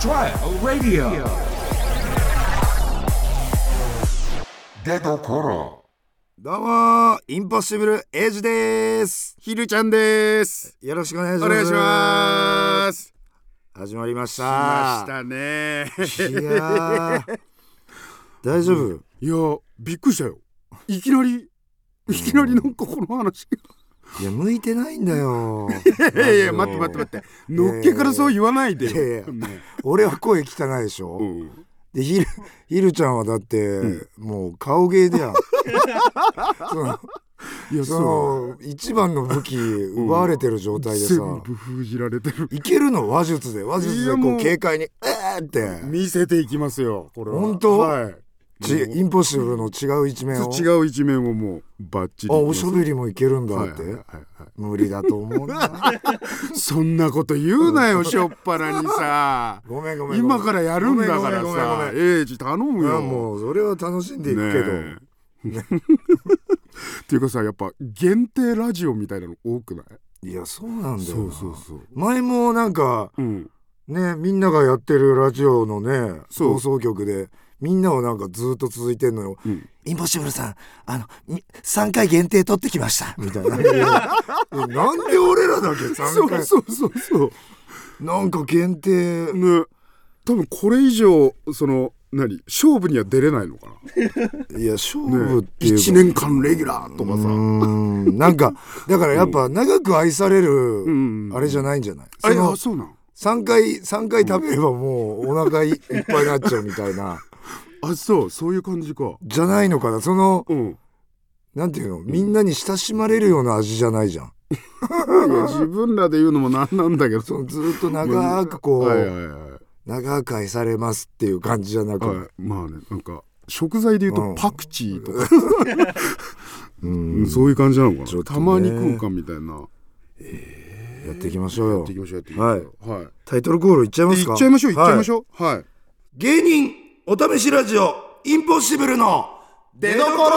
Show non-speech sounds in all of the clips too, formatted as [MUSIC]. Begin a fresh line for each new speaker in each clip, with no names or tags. trial radio
出どころ
どうもーインポッシブルエイジでーす
ひるちゃんです。
よろしくお願いし
お
ます
願いします。
始まりまし
来ま
た
したね。
いやー大丈夫
いや、びっくりしたよ。いきなり、いきなりなんかこの話。
いや向いてないんだよ
いやいや、待って待って待って。のっけからそう言わないで
いやい
よ
や。俺は声汚いでしょ、
うん
でひるひるちゃんはだって、もう顔芸だよその
い
そ
や、[LAUGHS] そ
の一番の武器奪われてる状
う。
態で
全
さ、
部封じられてる。
いけるの話術で話術で
いや
こ
も
う
う
軽快に「えー!」って
見せていきますよ。これは。
本当
はい。
ちインポッシブルの違う一面を
違う一面をもうバッチリ
あおしゃべりもいけるんだ
はい
っ
はいはい
て
は
無理だと思う
[LAUGHS]
な
いそんなこと言うなよしょっぱなにさ
ごめん [LAUGHS] ごめんごめん
今からやるんだから
ごめんごめんごめんご
さ
めん
エイジ頼む
いや
よ
もうそれは楽しんでいくけど、
ねえ [LAUGHS] っていうかさやっぱ限定ラジオみたいなの多くない
いやそうなんだよな
そう
前もなんか
うん
ねみんながやってるラジオのね
そう
放送局でみんなをなんかずっと続いてんのよ「
うん
インポッシブルさんあのみ3回限定取ってきました」みたい
[LAUGHS]
ないやなんで俺らだけ
そ
3
う
回
そうそうそう
なんか限定
ね多分これ以上その何勝負には出れないのか
いや勝
な、
負っ
ね
て
え、
いうか
1年間レギュラーとか
う
さ
ーんなんかだからやっぱ長く愛され
う
る
ん
あれじゃないんじゃない、
あれ
その
あそうなん
3回3回食べればもうお腹いいっぱいになっちゃうみたいな
あそうそういう感じか
じゃないのかなその
うん
なんていうのみんなに親しまれるような味じゃないじゃん
いや自分らで言うのもなんなんだけど
そのずーっと長くこう、
はいはいはい
長く愛されますっていう感じじゃなく、
はい、まあねなんか食材で言
う
うんとパクチーとか、
うん
そういう感じなのかな、
ちょっとね
たまに食うかみたいな
やっていきましょう
やっ
よ
ていきましょうやっていきましょうはい、
タイトルコールいっちゃいま
です行
か
っちゃいましょう行っちゃいまし
ょう、
ょうはい、
芸人お試しラジオインポッシブルの
出どころ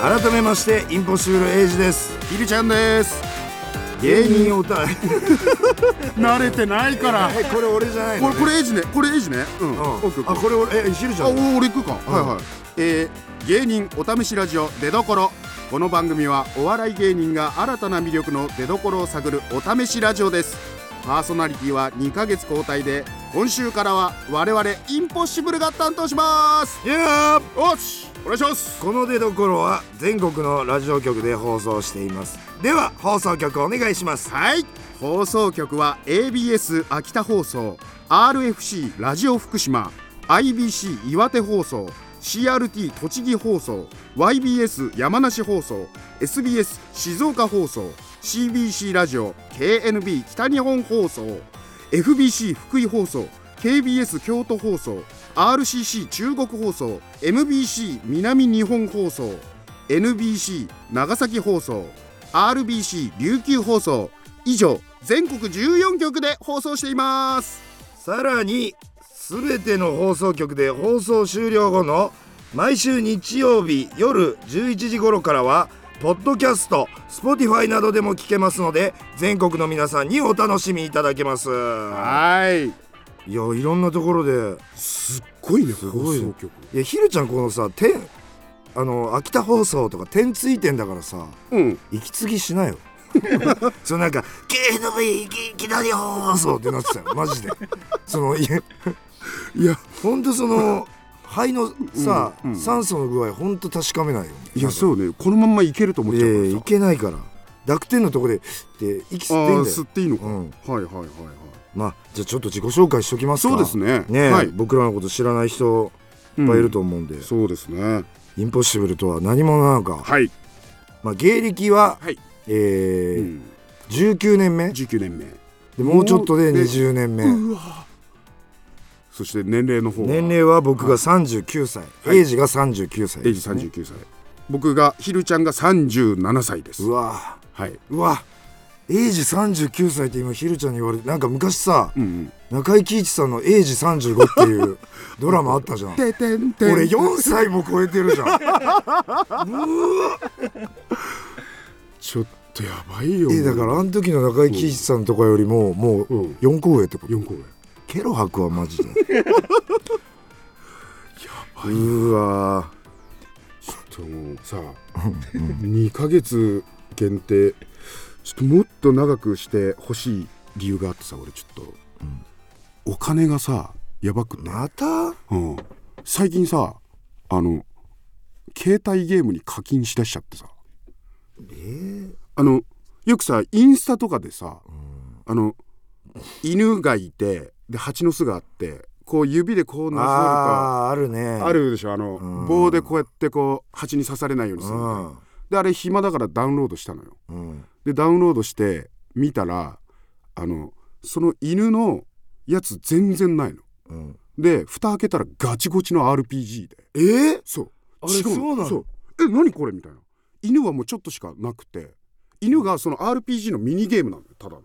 改めましてインポッシブルエイジです
ひるちゃんです
芸人おた
慣れてないから
えこれ俺じゃない
こ
の
れこれエイジねこれエイジねうん、
う
オッケーオッケ
ん
ー
あこれ俺えひるちゃ
あ
んだ
お俺行くか、はいはいえー芸人お試しラジオ出どころこの番組はお笑い芸人が新たな魅力の出どころを探るお試しラジオですパーソナリティは2ヶ月交代で今週からは我々インポッシブルが担当します
いやー
よしお願いします
この出どころは全国のラジオ局で放送していますでは放送局お願いします
はい放送局は ABS 秋田放送 RFC ラジオ福島 IBC 岩手放送 CRT 栃木放送 YBS 山梨放送 SBS 静岡放送 CBC ラジオ KNB 北日本放送 FBC 福井放送 KBS 京都放送 RCC 中国放送 MBC 南日本放送 NBC 長崎放送 RBC 琉球放送以上全国14局で放送しています
さらに全ての放送局で放送終了後の毎週日曜日夜11時頃からはポッドキャスト Spotify などでも聞けますので全国の皆さんにお楽しみいただけます
はい
いやいろんなところです
っごいねす
ごい
放送局
いやひるちゃんこのさ点あの秋田放送とか点ついてんだからさ
うん
息継ぎしなよ [LAUGHS] そうなんか「KNV ききなり放送」ってなってたよマジでそのいや
いや
ほんとそ
[LAUGHS]
の肺のさ、
うんうん
酸素の具合ほんと確かめないよね
いやそうねこのまんまいけると思っ
い
ち
や
ゃうから
いやいけないから濁点のとこでで息
あ
吸っていいんだよ
ー吸っていいのか、
うん
はいはいはいはい
まあじゃあちょっと自己紹介しときますか
そうですね
ねえ、
はい
僕らのこと知らない人いっぱいいると思うんで、
そうですね
インポッシブルとは何者なのか、
はい
まあ、芸歴は、
はい
えー
うん
19年目
19年目
でもうちょっとで
もう
20年目、
うわそして年齢の方は
年齢は僕が39歳、
はい
エイジが39歳
エ
で
イジ
すね、
39歳僕がひるちゃんが37歳です
うわ
はいう
わ英治39歳って今ひるちゃんに言われてなんか昔さ、
うん
中井貴一さんの「英治35」って
[LAUGHS]
いうドラマあったじゃん
うん。ててんてん
俺4歳も超えてるじゃ
[LAUGHS]
ん
ちょっとやばいよ。
えだからあの時の中井貴一さんとかよりももう
うん
4個上ってこと
四個上。
ケロ吐くわマジで
[LAUGHS]
やばいうわ
ちょっともうさ、二ヶ月限定。ちょっともっと長くしてほしい理由があってさ、俺ちょっと、お金がさやばくて、
また
うん、最近さあの携帯ゲームに課金しだしちゃってさ。あのよくさインスタとかでさ、あの犬がいてで蜂の巣があってこう指でこうなぞるか
あーあるね
あるでしょあの、
うん
棒でこうやってこう蜂に刺されないようにす
う
るみたいなんであれ暇だからダウンロードしたのよ
うん
でダウンロードして見たらあのその犬のやつ全然ないの
うん
で蓋開けたらガチゴチの RPG で
えー
そう
あれ
違
そうなの
そうえ何これみたいな犬はもうちょっとしかなくて犬がその RPG のミニゲームなのよただの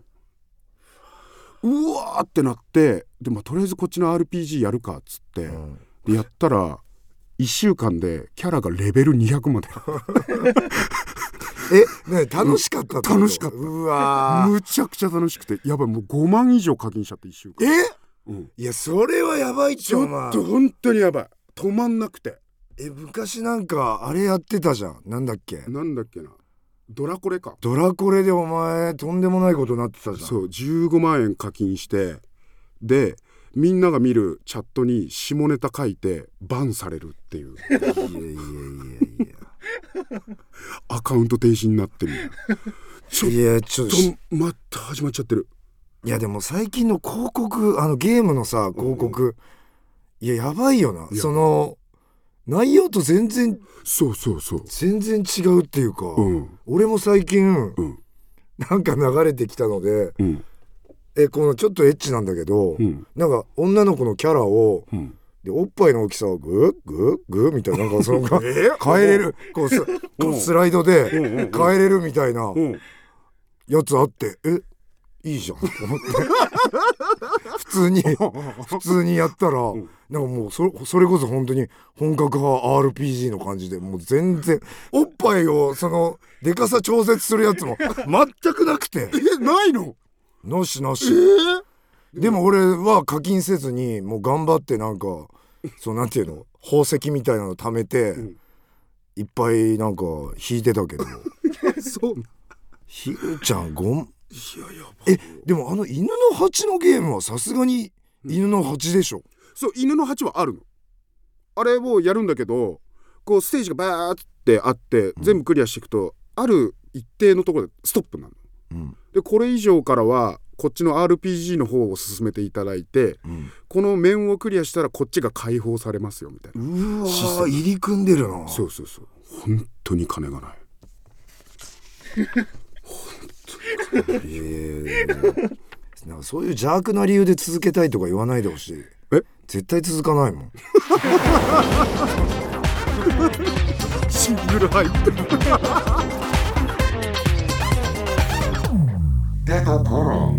うわーってなってで、まあ、とりあえずこっちの RPG やるかっつって、
うん
でやったら1週間でキャラがレベル200まで
えね楽しかったってこと
楽しかった
うわー
むちゃくちゃ楽しくてやばいもう5万以上課金しちゃって1週間
え
うん
いやそれはやばいっち
ち
ょ
ょ
お前
っと本当にやばい止まんなくて
え昔なんかあれやってたじゃんなんだっけ
なんだっけなドラコレか
ドラコレでお前とんでもないことになってたじゃん
そう15万円課金してでみんなが見るチャットに下ネタ書いてバンされるって [LAUGHS] いう
いやいやいや
アカウント停止になってるちょっ
いやいやちょっと
とまた始まっちゃってる
いやでも最近の広告あのゲームのさ広告、いややばいよない
や
その内容と全然
そうそうそう
全然違うっていうか、
うん
俺も最近
うん
なんか流れてきたので
うん
えこのちょっとエッチなんだけど、
うん
なんか女の子のキャラを
うん
でおっぱいの大きさをグーグーグーみたいななんかその変 [LAUGHS] えれるこうすこうスライドで
うんうんう
変
ん
えれるみたいな
うん
やつあってえいいじゃんと思って [LAUGHS] 普通に普通にやったらなんか
ん
もうそそれこそ本当に本格派 RPG の感じでもう全然おっぱいをそのでかさ調節するやつも全くなくて
えないの
なしなし。
えー
でも俺は課金せずにもう頑張ってなんかそうなんていうの宝石みたいなの貯めて、
ん
いっぱいなんか引いてたけど
そうな
ひるちゃんごん
いややば
えでもあの犬の蜂のゲームはさすがに犬の蜂でしょ、
そう犬の鉢はあるのあれをやるんだけどこうステージがバーってあって全部クリアしていくと、ある一定のところでストップになるの
うん
でこれ以上からはこっちの RPG の方を進めていただいてこの面をクリアしたらこっちが解放されますよみたいうな
わ
シス
ー
テム
入り組んでるな
そうそうそう本当に金がない
いやいやいやいやなんかそういう邪悪な理由で続けたいとか言わないでほしい
え
絶対続かないもん
シングルハイ
出どころ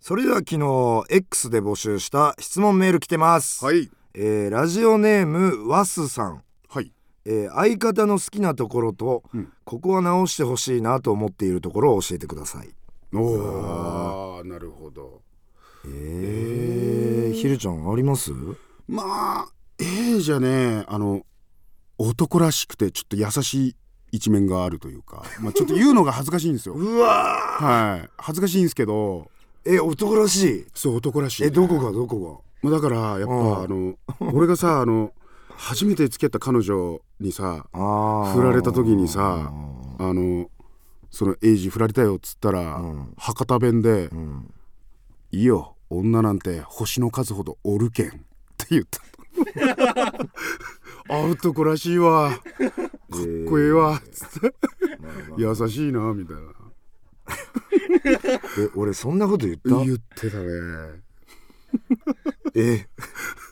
それでは昨日 X で募集した質問メール来てます、
はい
えーラジオネームワスさん、
はい
えー相方の好きなところと、
うん
ここは直してほしいなと思っているところを教えてください
おーなるほど
えー、ひるちゃんあります
まあええじゃねあの男らしくてちょっと優しい一面があるというか、まあ、ちょっと言 [LAUGHS] うのが恥ずかしいんですよ
うわ
はい恥ずかしいんですけど
え男らしい
そう男らしい
えどこがどこ
まあ、だからやっぱ、
うん
あの俺がさあの初めて付き合った彼女にさ
があー
振られた時にさあのそのエイジ振られたよっつったら、
うん
博多弁で
う、ん
いいよ女なんて星の数ほどおるけん」って言った [LAUGHS] あ男らしいわかっこええわっつって優しいなみたいな
え俺そんなこと言った
言ってたね
え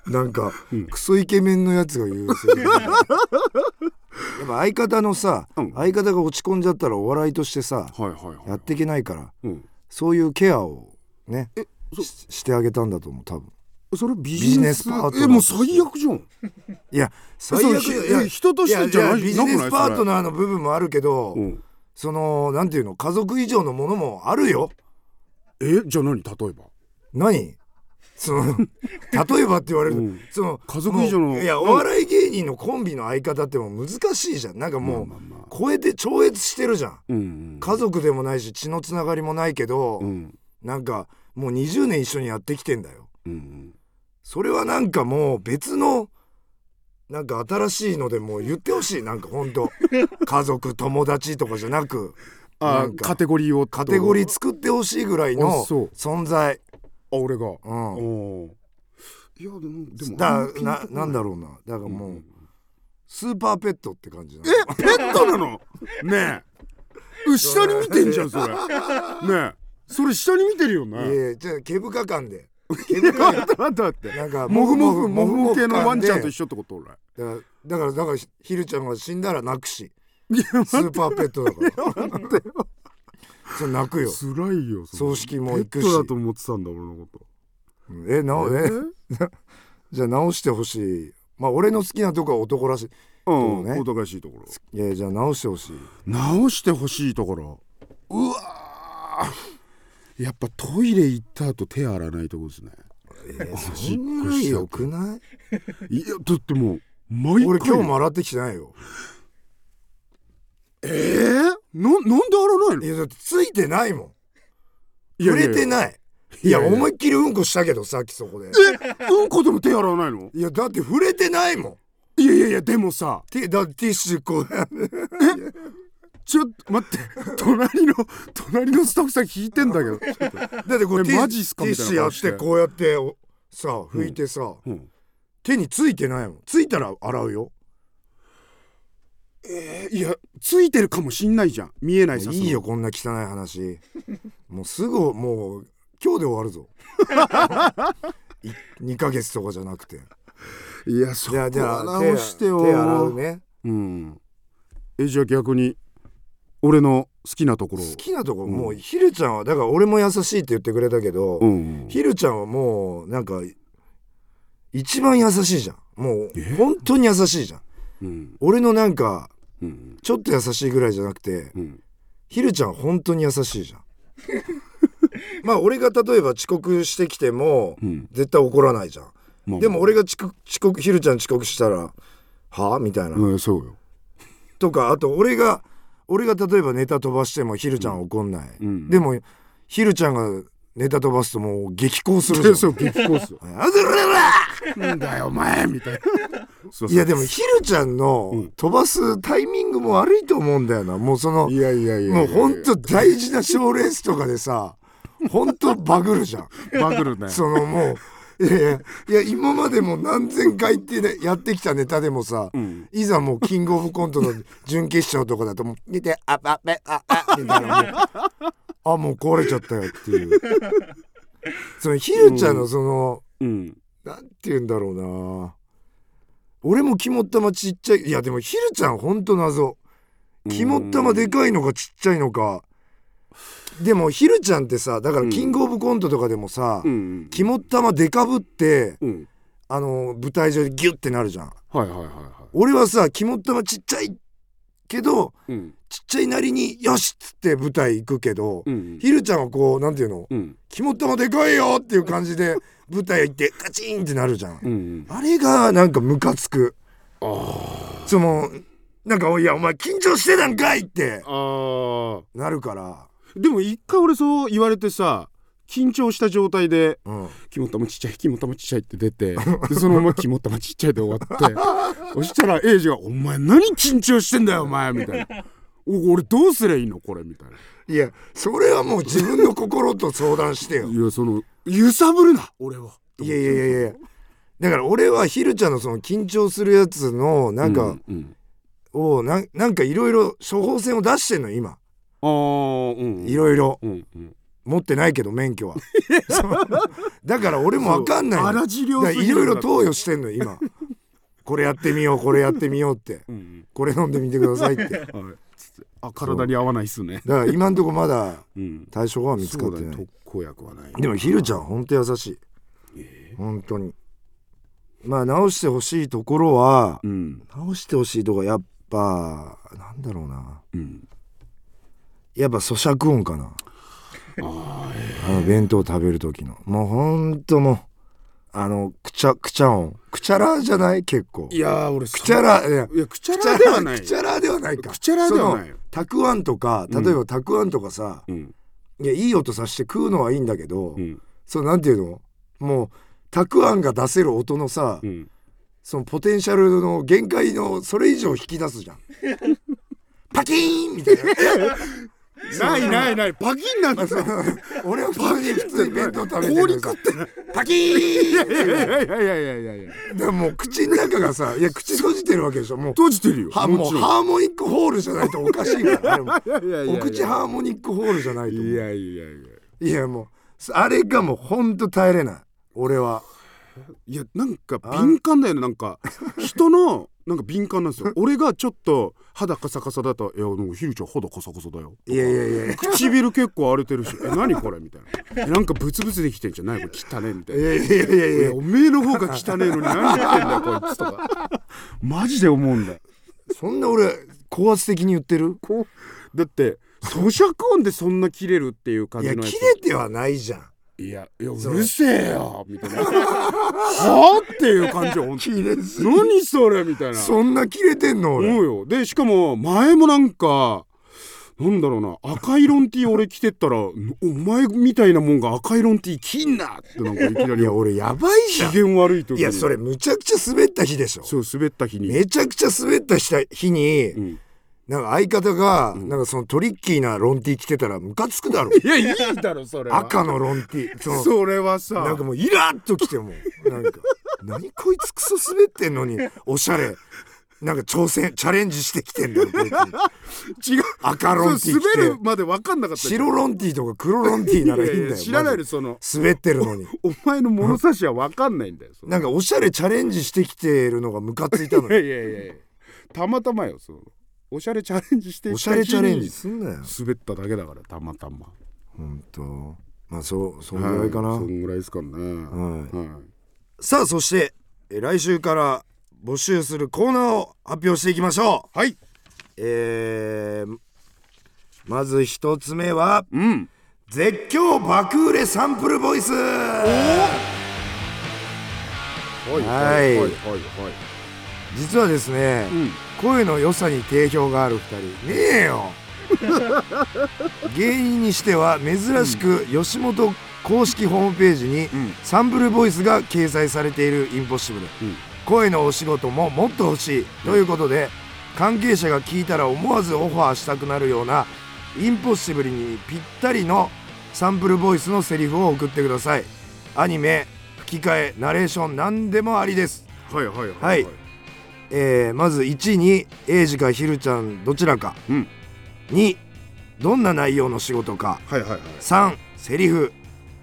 [LAUGHS]
なんか、クソイケメンのやつが言うセリフやっぱ相方のさ、
うん
相方が落ち込んじゃったらお笑いとしてさ、
はいはい
や
は
っ
い、
ていけないから
うん、
そういうケアをね
えそ
ししてあげたんだと思う多分
それビ
ビ
ジ
ジ
ネ
ネス
ス
パートナー
えもう最悪じゃん
いや最悪
そう
いや
ひ人としてじゃない
ややビジネ
なくない
スパートナーの部分もあるけど、
ん
そのなんていうの家族以上のものもあるよ
えじゃあ何例えば
何そ
[LAUGHS]
の例えばって言われると、
うん
その
家族以上の
もういやお笑い芸人のコンビの相方ってもう難しいじゃんなんかもう
まあまあまあ
超えて超越してるじゃん
うんうん
家族でもないし血のつながりもないけど、
うん
なんかもう20年一緒にやってきてんだよ
うんうん
それはなんかもう別のなんか新しいのでもう言ってほしいなんかほん
[LAUGHS]
と家族友達とかじゃなくな
あ
んか
カテゴリーを
カテゴリ
ー
ー作ってほしいぐらい
あ
の
そう
存在
あ俺が
うん
おーいやでもでもあ
だ
んまピンと
な
こい
なんだろうなだからもう、
うん
スーパーペットって感じなの
えペットなのねえう下に見てんじゃんそ
[LAUGHS]
れねえそれ下に見てるよ
い
[LAUGHS] ね
やいやじゃあ毛深感で毛深感
だってだって
なんか
モフモフモフモフ系のワンちゃんと
感
一緒ってこと俺
でだからだからだからひひるちゃんが死んだら泣くし
いや
スーパーペット
[LAUGHS]
だからそれ泣くよ
辛いよそれ
葬式も行くし
ペットだと思ってたんだ俺のこ
えな
と
おえ [LAUGHS] じゃあ直してほしいまあ俺の好きなとこは男らしい
うん、
うね
お互いしいところ
いやじゃあ直してほしい
直してほしいところうわーやっぱトイレ行った後手洗わないとこですね
えそんぐらいよくない
いやだってもう毎回
俺今日も洗ってきてないよ
えー、ななんで洗わないの
いやだってついてないもん
いや
触
いやいや
れてないい
いや
や
いや
思いっきりうんこしたけどさっきそこで
えうんこでも手洗わないの
いやだって触れてないもん
いやいやいやでもさ
てだってティッシュ
[LAUGHS]
こうやって
ちょっと待って隣の隣のスタッフさん引いてんだけどちょっと
だってこ
え
れティ
マジっすか
ティッシュやって
みたい
こうやっておさ拭いてさ、
うん
手についてないもんついたら洗うよ
えいやついてるかもしんないじゃん見えないさ
いいよこんな汚い話もうすぐもう今日で終わるぞ2ヶ月とかじゃなくて
そのいや
じ
そこ
ゃあ
は
じゃあ
直してよ
手手洗うね
うんえじゃあ逆に俺の好きなところを
好きなとこ、
うん
もうひるちゃんはだから俺も優しいって言ってくれたけど、
うん
ひるちゃんはもうなんか一番優しいじゃんもう本当に優しいじゃん
うん
俺のなんか
うん
ちょっと優しいぐらいじゃなくて
うん
ひるちゃん本当に優しいじゃんまあ俺が例えば遅刻してきても
うん
絶対怒らないじゃん、
まあ
でも俺が遅刻遅刻ひるちゃん遅刻したら「はあ?」みたいな、
うんそうよ
とかあと俺が俺が例えばネタ飛ばしてもひるちゃん怒んない、
うん
でもひるちゃんがネタ飛ばすともう激高するじゃ
で
ん
そう激高っすよ
あずららら
なんだよお前みたいなそうそう
いやでもひるちゃんの飛ばすタイミングも悪いと思うんだよなもうその
いやいやいやいや
もうほんと大事な賞レースとかでさほんとバグるじゃん
バグるね
そのもういやいやいや今までも何千回って、ね、やってきたネタでもさ、
ん
いざもうキングオブコントの準決勝とかだともう「見てああべああ」みたいなもうあもう壊れちゃったよっていうそのひるちゃんのその、
うん
なんて言うんだろうな俺も肝っ玉ちっちゃいいやでもひるちゃんほんと謎肝っ玉でかいのかちっちゃいのかでもひるちゃんってさだからキングオブコントとかでもさ、
うん
肝っ玉でかぶって
うん
あの舞台上でギュッてなるじゃん
はいはいはいは
俺はさ肝っ玉ちっちゃいけど
いうん
ちっちゃいなりによしっつって舞台行くけど、
うん
ひるちゃんはこうなんていうの
うん
肝っ玉でかいよっていう感じで舞台行ってカチンってなるじゃん、
うん
あれがなんかムカつくそのなんか「いやお前緊張してたんかい!」って
あー
なるから、
でも一回俺そう言われてさ緊張した状態で
うん、
「肝玉ちっちゃい肝玉ちっちゃい」って出てでそのまま「肝玉ちっちゃい」で終わってそしたらエイジが「お前何緊張してんだよお前」みたいな [LAUGHS] 「お俺どうすりゃいいのこれ」みたいない
やそれはもう自分の心と相談してよ
「いやその揺さぶるな [LAUGHS] 俺を」
いやいやいやいやだから俺はひるちゃんのその緊張するやつのなん
う
か
んうん
をなんなんかいろいろ処方箋を出してんの今
あーうん
いろいろ
うんうん
持ってないけど免
[LAUGHS]
許はそうだから俺もわかんない
そう
の
粗治療
だからいろいろ投
よ
与してんの今これやってみようこれやってみようって
うん
これ飲んでみてくださいってだか
うんはいつってあ体に合わないっすね
ら今んとこまだ
うん
対処法は見つか
そ
っ
うだ
て
ね
ない
特効薬はない
でもひるちゃんほんと優しい、本当にまあ直してほしいところは
うん
直してほしいとこはやっぱなんだろうな
うん
やっぱ咀嚼音かなあの弁当食べる時のもうほんともうあのくちゃくちゃ音くちゃらじゃない結構
いやー俺
くちゃらいや
いやくちゃ
くちゃら
らではない
くちゃらではないか
くちゃらではない
そのたくあんとか例えばたくあんとかさ、
うん
いやいい音さして食うのはいいんだけど、
うん
そのなんていうのもうたくあんが出せる音のさ、
うん
そのポテンシャルの限界のそれ以上引き出す
[LAUGHS]
じゃんパキーンみたいな
ないないないパキンなんて
俺は普通に普通に弁当食べて
氷
る
食っ
さ
てない
パキーン
いやいやいやいやいやいやいや
でももう口の中がさいや口閉じてるわけでしょもう
閉じてるよ
は
も
も
ち
う
ろん
ハーモニックホールじゃないとおかしいからあれも
[LAUGHS] いやいやいやい
お
や
口ハーモニックホールじゃないと思う
いやいやい
い
や
やもうあれがもうほんと耐えれない俺はい
やなんか
あ
敏感だよねなんか人のなんか敏感なんですよ俺がちょっと肌カサカサだと「いやなんかひるちゃん肌カサカサだよ」
いやいやいやいや
唇結構荒れてるし「え何これ」みたいな「えなんかブツブツできてんじゃないこれ汚ね」みたい
い
な。
やいやいやい
い
や
やおめえの方が汚ねえのに何言ってんだよこいつとかマジで思うんだよ
そんな俺高圧的に言ってる
こうだって咀嚼音でそんな切れるっていう感
い
じ
や
のやつ
切れてはないじゃん
いやいやうるせえよみたいなはあっていう感じよほんと
切れず
何それみたいな
そんな切れてんの俺、
思うよでしかも前もなんかなんだろうな赤いロンティー俺着てったらお前みたいなもんが赤いロンティー着んなってなんかいきないり
や俺やば [LAUGHS] いじゃ
機
ん
嫌悪い時に
いやそれむちゃくちゃ滑った日でしょ
そう滑った日に
めちゃくちゃ滑ったした日に、
ん
なんか相方が、なんかそのトリッキーなロンティ着てたらムカつくだろ
いやいいだろそれは
赤のロンティその
それはさ
なんかもうイラッときてもうなん
[LAUGHS]
か何こいつクソ滑ってんのにおしゃれなんか挑戦チャレンジしてきてんだよ
[LAUGHS]
こいつ
違う
赤ロンティ
そう
着
滑る
て
まで分かんなかった
白ロンティとか黒ロンティならいいんだよ
いやいや知らない
マ
のその
ジで滑ってるのに
お前の物差しは分かんないんだよその
なんかおしゃれチャレンジしてきてるのがムカついたの
いや [LAUGHS]
よ
いやいやいやたまたまよそのおしゃれチャレンジして
おしゃれチャレンジ
した
すんなよ
日に滑っただけだからたまたま
ほんとまあそうそんぐらいかな、
そんぐらいですかね
はい
はい
さあそしてえー来週から募集するコーナーを発表していきましょう
はい。
えーまず一つ目は
うん。
絶叫爆売れサンプルボイス
は
は
い。
い
はい。はい。
実はですね、
ん
声の良さに定評がある二人ねえよ
[LAUGHS]
芸人にしては珍しく吉本公式ホームページに
ん
サンプルボイスが掲載されているインポッシブル、
うん
声のお仕事ももっと欲しいということで関係者が聞いたら思わずオファーしたくなるようなインポッシブルにぴったりのサンプルボイスのセリフを送ってくださいアニメ吹き替えナレーション何でもありです
はい。はい。はい。
はいえーまず1位にエイジかヒルちゃんどちらか、
うん
2どんな内容の仕事か
はい。はい。
3セリフ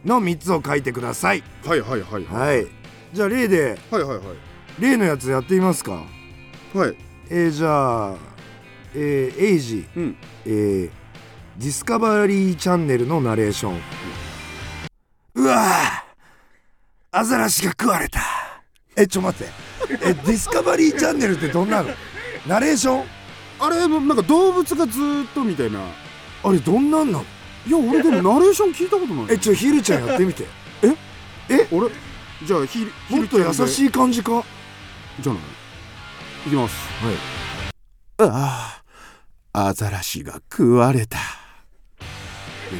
の3つを書いてください
はい。はい。はい。はい。
はいじゃあ例で
はい。はい。
例のやつやってみますか
はい。
えーじゃあ、えーエイジ、
うん。
えーディスカバリーチャンネルのナレーションうわーアザラシが食われたえちょ待ってえディスカバリーチャンネルってどんなのナレーション
あれ、なんか動物がずーっとみたいな。
あれどんなんなの
いや、俺でもナレーション聞いたことない。
え、ちょひるちゃんやってみ [LAUGHS] て
俺。じゃあ、ひ、
もっと優
い。
しい感じか
じゃない。いきます。
はい。
ああ。アザラシが食われた。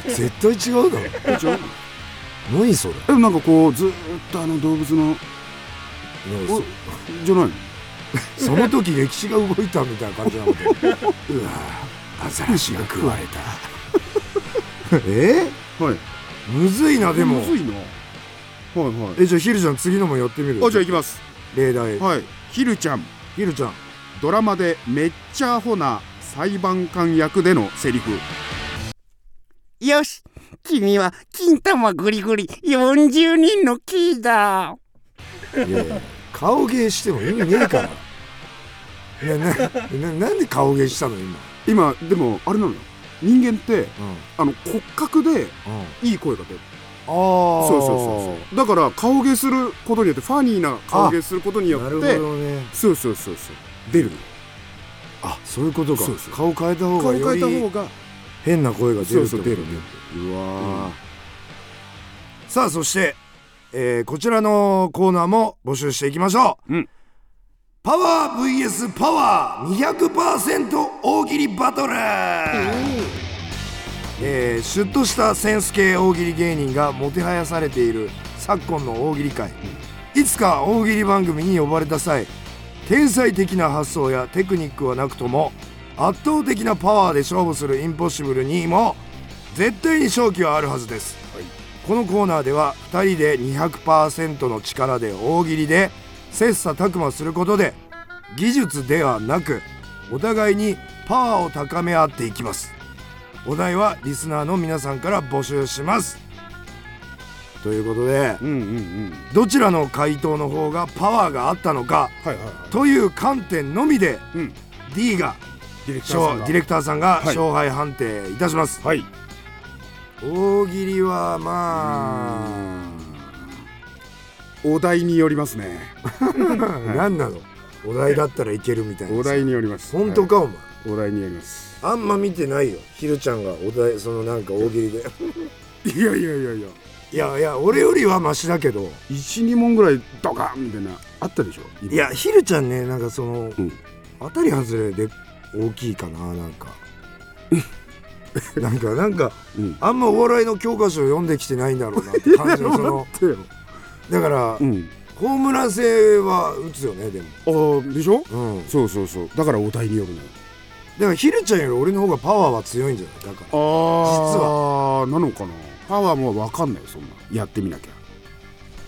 絶対違うだろ
え、違う。
[LAUGHS] 何それ
え、なんかこう、ずーっとあの動物の。
[LAUGHS]
おじゃないの。
その時歴史が動いたみたいな感じなの [LAUGHS] でうわアザラシが食われた [LAUGHS] え
はい。
むずいなでも
むずいな。はい。はい。
えじゃあひるちゃん次のもやってみる
あじゃあ行きます
例題
はいひるちゃん
ひるちゃん
ドラマでめっちゃアホな裁判官役でのセリフ
よし君は金玉ぐりぐり40人のキーだ
いやいや顔芸しても意味ねえ [LAUGHS] からいやなななんで顔芸したの今、
今でもあれなのよ人間って
うん
あの骨格で
うん、あ
いい声が出る
あ
そうそうそうそうだから顔芸することによってファニーな顔芸することによ
な
っ
る
て
ほどね
そうそうそうそう出るの
あそういうことか
そうそう
顔変えた方が
顔変え
よ
た方
り
が
変な声が出るって
そうそう
こと
出
ね
るね
うわーさあそして、えーこちらのコーナーも募集していきましょう、
うん
パワー VS パワー200%大喜利バトル、えーシュッとしたセンス系大喜利芸人がもてはやされている昨今の大喜利界、いつか大喜利番組に呼ばれた際天才的な発想やテクニックはなくとも圧倒的なパワーで勝負するインポッシブルにも絶対に勝機はあるはずです、このコーナーでは2人で200%の力で大喜利で切磋琢磨することで技術ではなくお互いにパワーを高め合っていきますお題はリスナーの皆さんから募集しますということで
うんうんうん
どちらの回答の方がパワーがあったのか
はいはいはい
という観点のみで
うん
D が
ディレクターさん
勝
が
ディレクターさんが
はい
勝敗判定いたします、
はい
大喜利はま
お題によりますね
あ何なのお題だったらいけるみたいな
お題により [LAUGHS] ます
本当かお前
はいお題によります
あんま見てないよひるちゃんがお題そのなんか大喜利で
いやいやいやいや
[LAUGHS] いやいや俺よりはマシだけど
12問ぐらいドカンみたいなあったでしょ今
いやひるちゃんねなんかその、
うん
当たり外れで大きいかななん [LAUGHS] かなんかなんか
うん
あんまお笑いの教科書を読んできてないんだろうなって感じ [LAUGHS] のその
待ってよ
だから、
うん
ホームラン性は打つよねでも
あーでしょ
うんだ
そうそうそうだからお題によるのよ
からひるちゃんより俺の方がパワーは強いんじゃないだから実
ああなのかなパワーもわかんないよそんなやってみなきゃ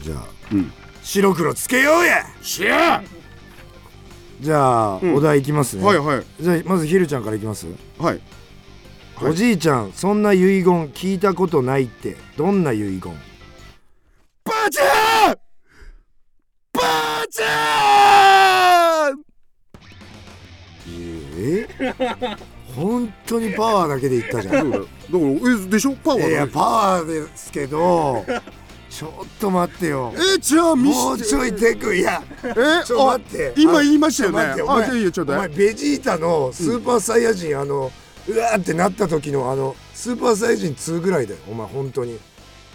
じゃあ
うん
白黒つけようや
しゃ
じゃあ、
ん
お題いきますね、
はいはい
じゃあまずひるちゃんからいきます、
はい
おじいちゃんそんな遺言聞いたことないってどんな遺言
ばあちゃんばあちゃん
ええ [LAUGHS] 本当にパワーだけでいったじ
[LAUGHS]
ゃん
だからえでしょパワ
い
ーだね
やパワーですけどちょっと待ってよ
えじゃあ見
もう
し
ち
て
ょいテクいや
え
ちょ待って
あ今言いましたよね
ちょ
あ
待って
いやいやちょっと
お前ベジータのスーパーサイヤ人、あのうわーってなった時のあのスーパーサイヤ人2ぐらいだよお前本当に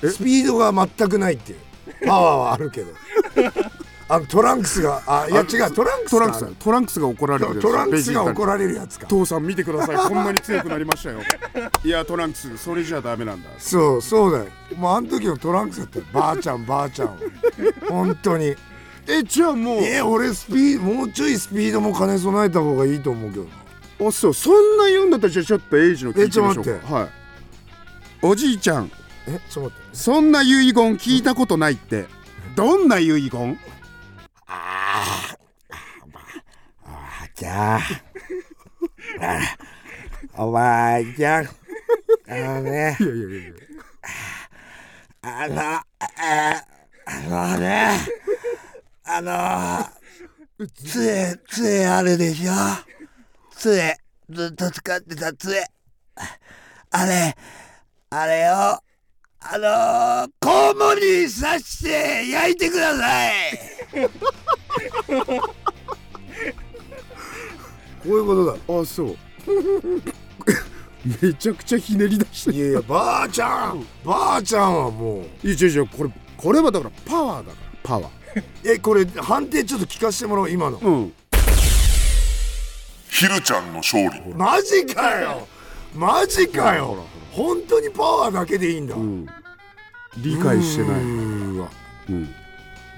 スピードが全くないっていうパワーはあるけ
[LAUGHS]
どあのトランクスがあいや違うトランクス
ト
か
ランクスだトランクスが怒られてる
トランクスが怒
れ
られるやつか
父さん見てくださいこんなに強くなりましたよ [LAUGHS] いやトランクスそれじゃダメなんだ
そうそうだよもうあの時のトランクスだったよばあちゃんばあちゃんは本当
[LAUGHS]
に
えじゃあもう
え俺スピーもうちょいスピードも兼ね備えた方がいいと思うけどな
あそうそんな言うんだったらじゃあちょっとエイジの聞いてみましょう
えちょっと待って
かはいおじいちゃん
えちょっと待って
そんな遺言聞いたことないってどんな遺言
あちゃん。あおばあちゃん。あのね。あの、えーあのね。あの、杖、杖あるでしょ。杖、ずっと使ってた杖。あれ、あれを、あの、肛門に刺して焼いてください。こういうことだ。
あそう [LAUGHS] めちゃくちゃひねり出して
いやいやばあちゃんばあちゃんはもう
いや違う違うこれこれはだからパワーだからパワー
えこれ判定ちょっと聞かせてもらおう今の
うん
ひるちゃんの勝利
マジかよマジか
ほらほら
よ本当にパワーだけでいいんだ
うん理解してないう
ーわ
うん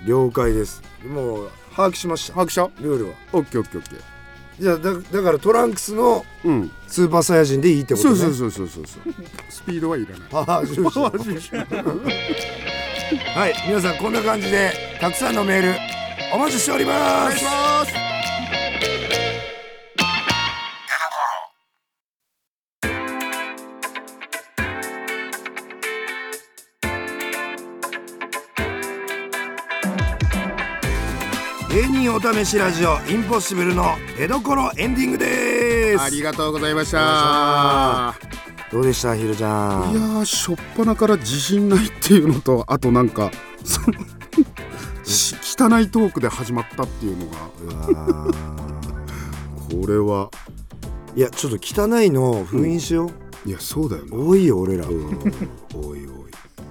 了解ですもう把握しました
拍手オッ
ルールは
ケーオッケーオッケー
じゃあだだからトランクスの
うん
スーパーサイヤ人でいいってこと
そう
ね
そうそうそうそうそうスピードはいらない
[LAUGHS] パワー重視はい皆さんこんな感じでたくさんのメールお待ちしております
ます
芸人お試しラジオインポッシブルの出どころエンディングです
ありがとうございました
どうでしたひるちゃ
いや
ん
ーしょっぱなから自信ないっていうのとあとなんかそのし汚いトークで始まったっていうのがこれはい
やちょっと汚いの封印しよ
いやそうだよ
う、
な
多いよ俺ら、
おいおい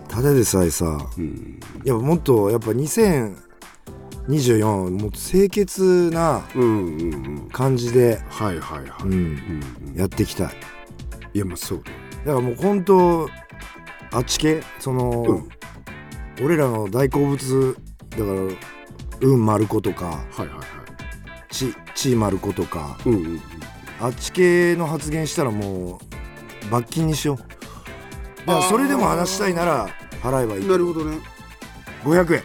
ただでさえさ
うん
やっぱもっとやっぱ2024もっと清潔な
うんうんうん
感じで、
はいはいはい、
う
うん
ん、
うん、
やっていきたい
いやまあそうだよ
だからもう本当あっち系その、
うん
俺らの大好物だから「うん丸子」とか
はいはいは
「ち」「ち丸子」とか
いうんうんうん
あっち系の発言したらもう罰金にしようだからそれでも話したいなら払えばいい
なるほどね
500円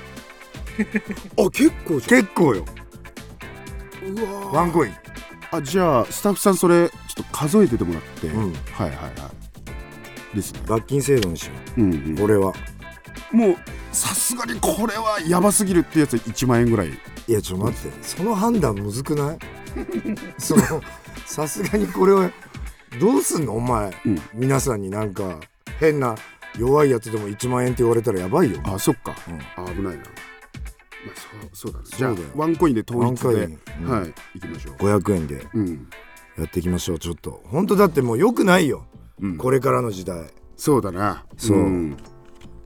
あ結構じゃ
結構よ
んうわー
ワンコイン
あじゃあスタッフさんそれちょっと数えててもらって、
うん
はいはいはいですね、
罰金制度にしよ
うん
う俺は
うん、もうさすがにこれはやばすぎるってやつ1万円ぐらい
いやちょっと待ってその判断むずくない [LAUGHS] そのさすがにこれはどうすんのお前、
うん
皆さんになんか変な弱いやつでも1万円って言われたらやばいよ
あそっか、
うん
あ危ないな、まあ、そうそうだね
そうだよ
じゃあワンコインで統一
ワ
で
ンコインうん
はい行きましょう
500円で
うん、
やっていきましょうちょっと本当だってもう良くないよ
うん、
これからの時代
そうだな
そうん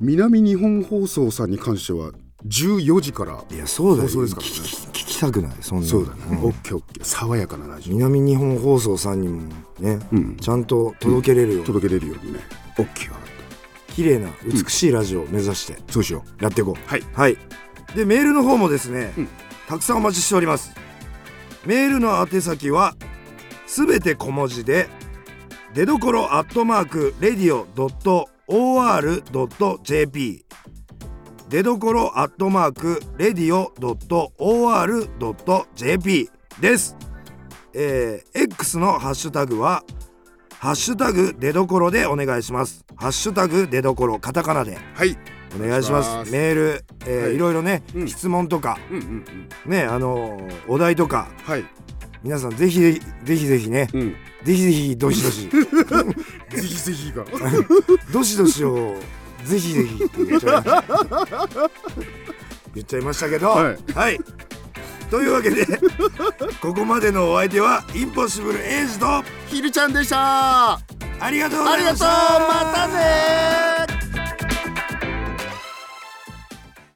南日本放送さんに関しては14時から
いやそうだよ
そうです
聞
か
き聞き聞きたくないそんなの
そうだね、
ん
オッケーオッケー爽やかなラジオ
南日本放送さんにもね、
うん
ちゃんと届けれるように
届けれるようにねオッケーわかっ
綺麗な美しいラジオを目指して
たそうしよう
やっていこう
はい
はいでメールの方もですね、
うん
たくさんお待ちしておりますメールの宛先はすべて小文字で出どころアットマークレディオドット OR.jp 出どころアットマークレディオドット OR.jp です、えー X のハッシュタグはハッシュタグ出どころでお願いしますハッシュタグ出どころカタカナで
はい
お願いします
お願いします
メール、えー
はい
い、ろいろね、
うん
質問とか
うんうんうん
ねあのーお題とか
はい
皆さんぜひぜひぜひね
うん
ぜひぜひどしど
[LAUGHS]
し
ぜひぜひが [LAUGHS]
どしどしをぜひぜひって言っちゃいました言っちゃいましたけど
は
はいい、というわけでここまでのお相手はインポッシブルエイジと
ひるちゃんでしたあ
ありがとうござい
りが
ま
とう
した
またねー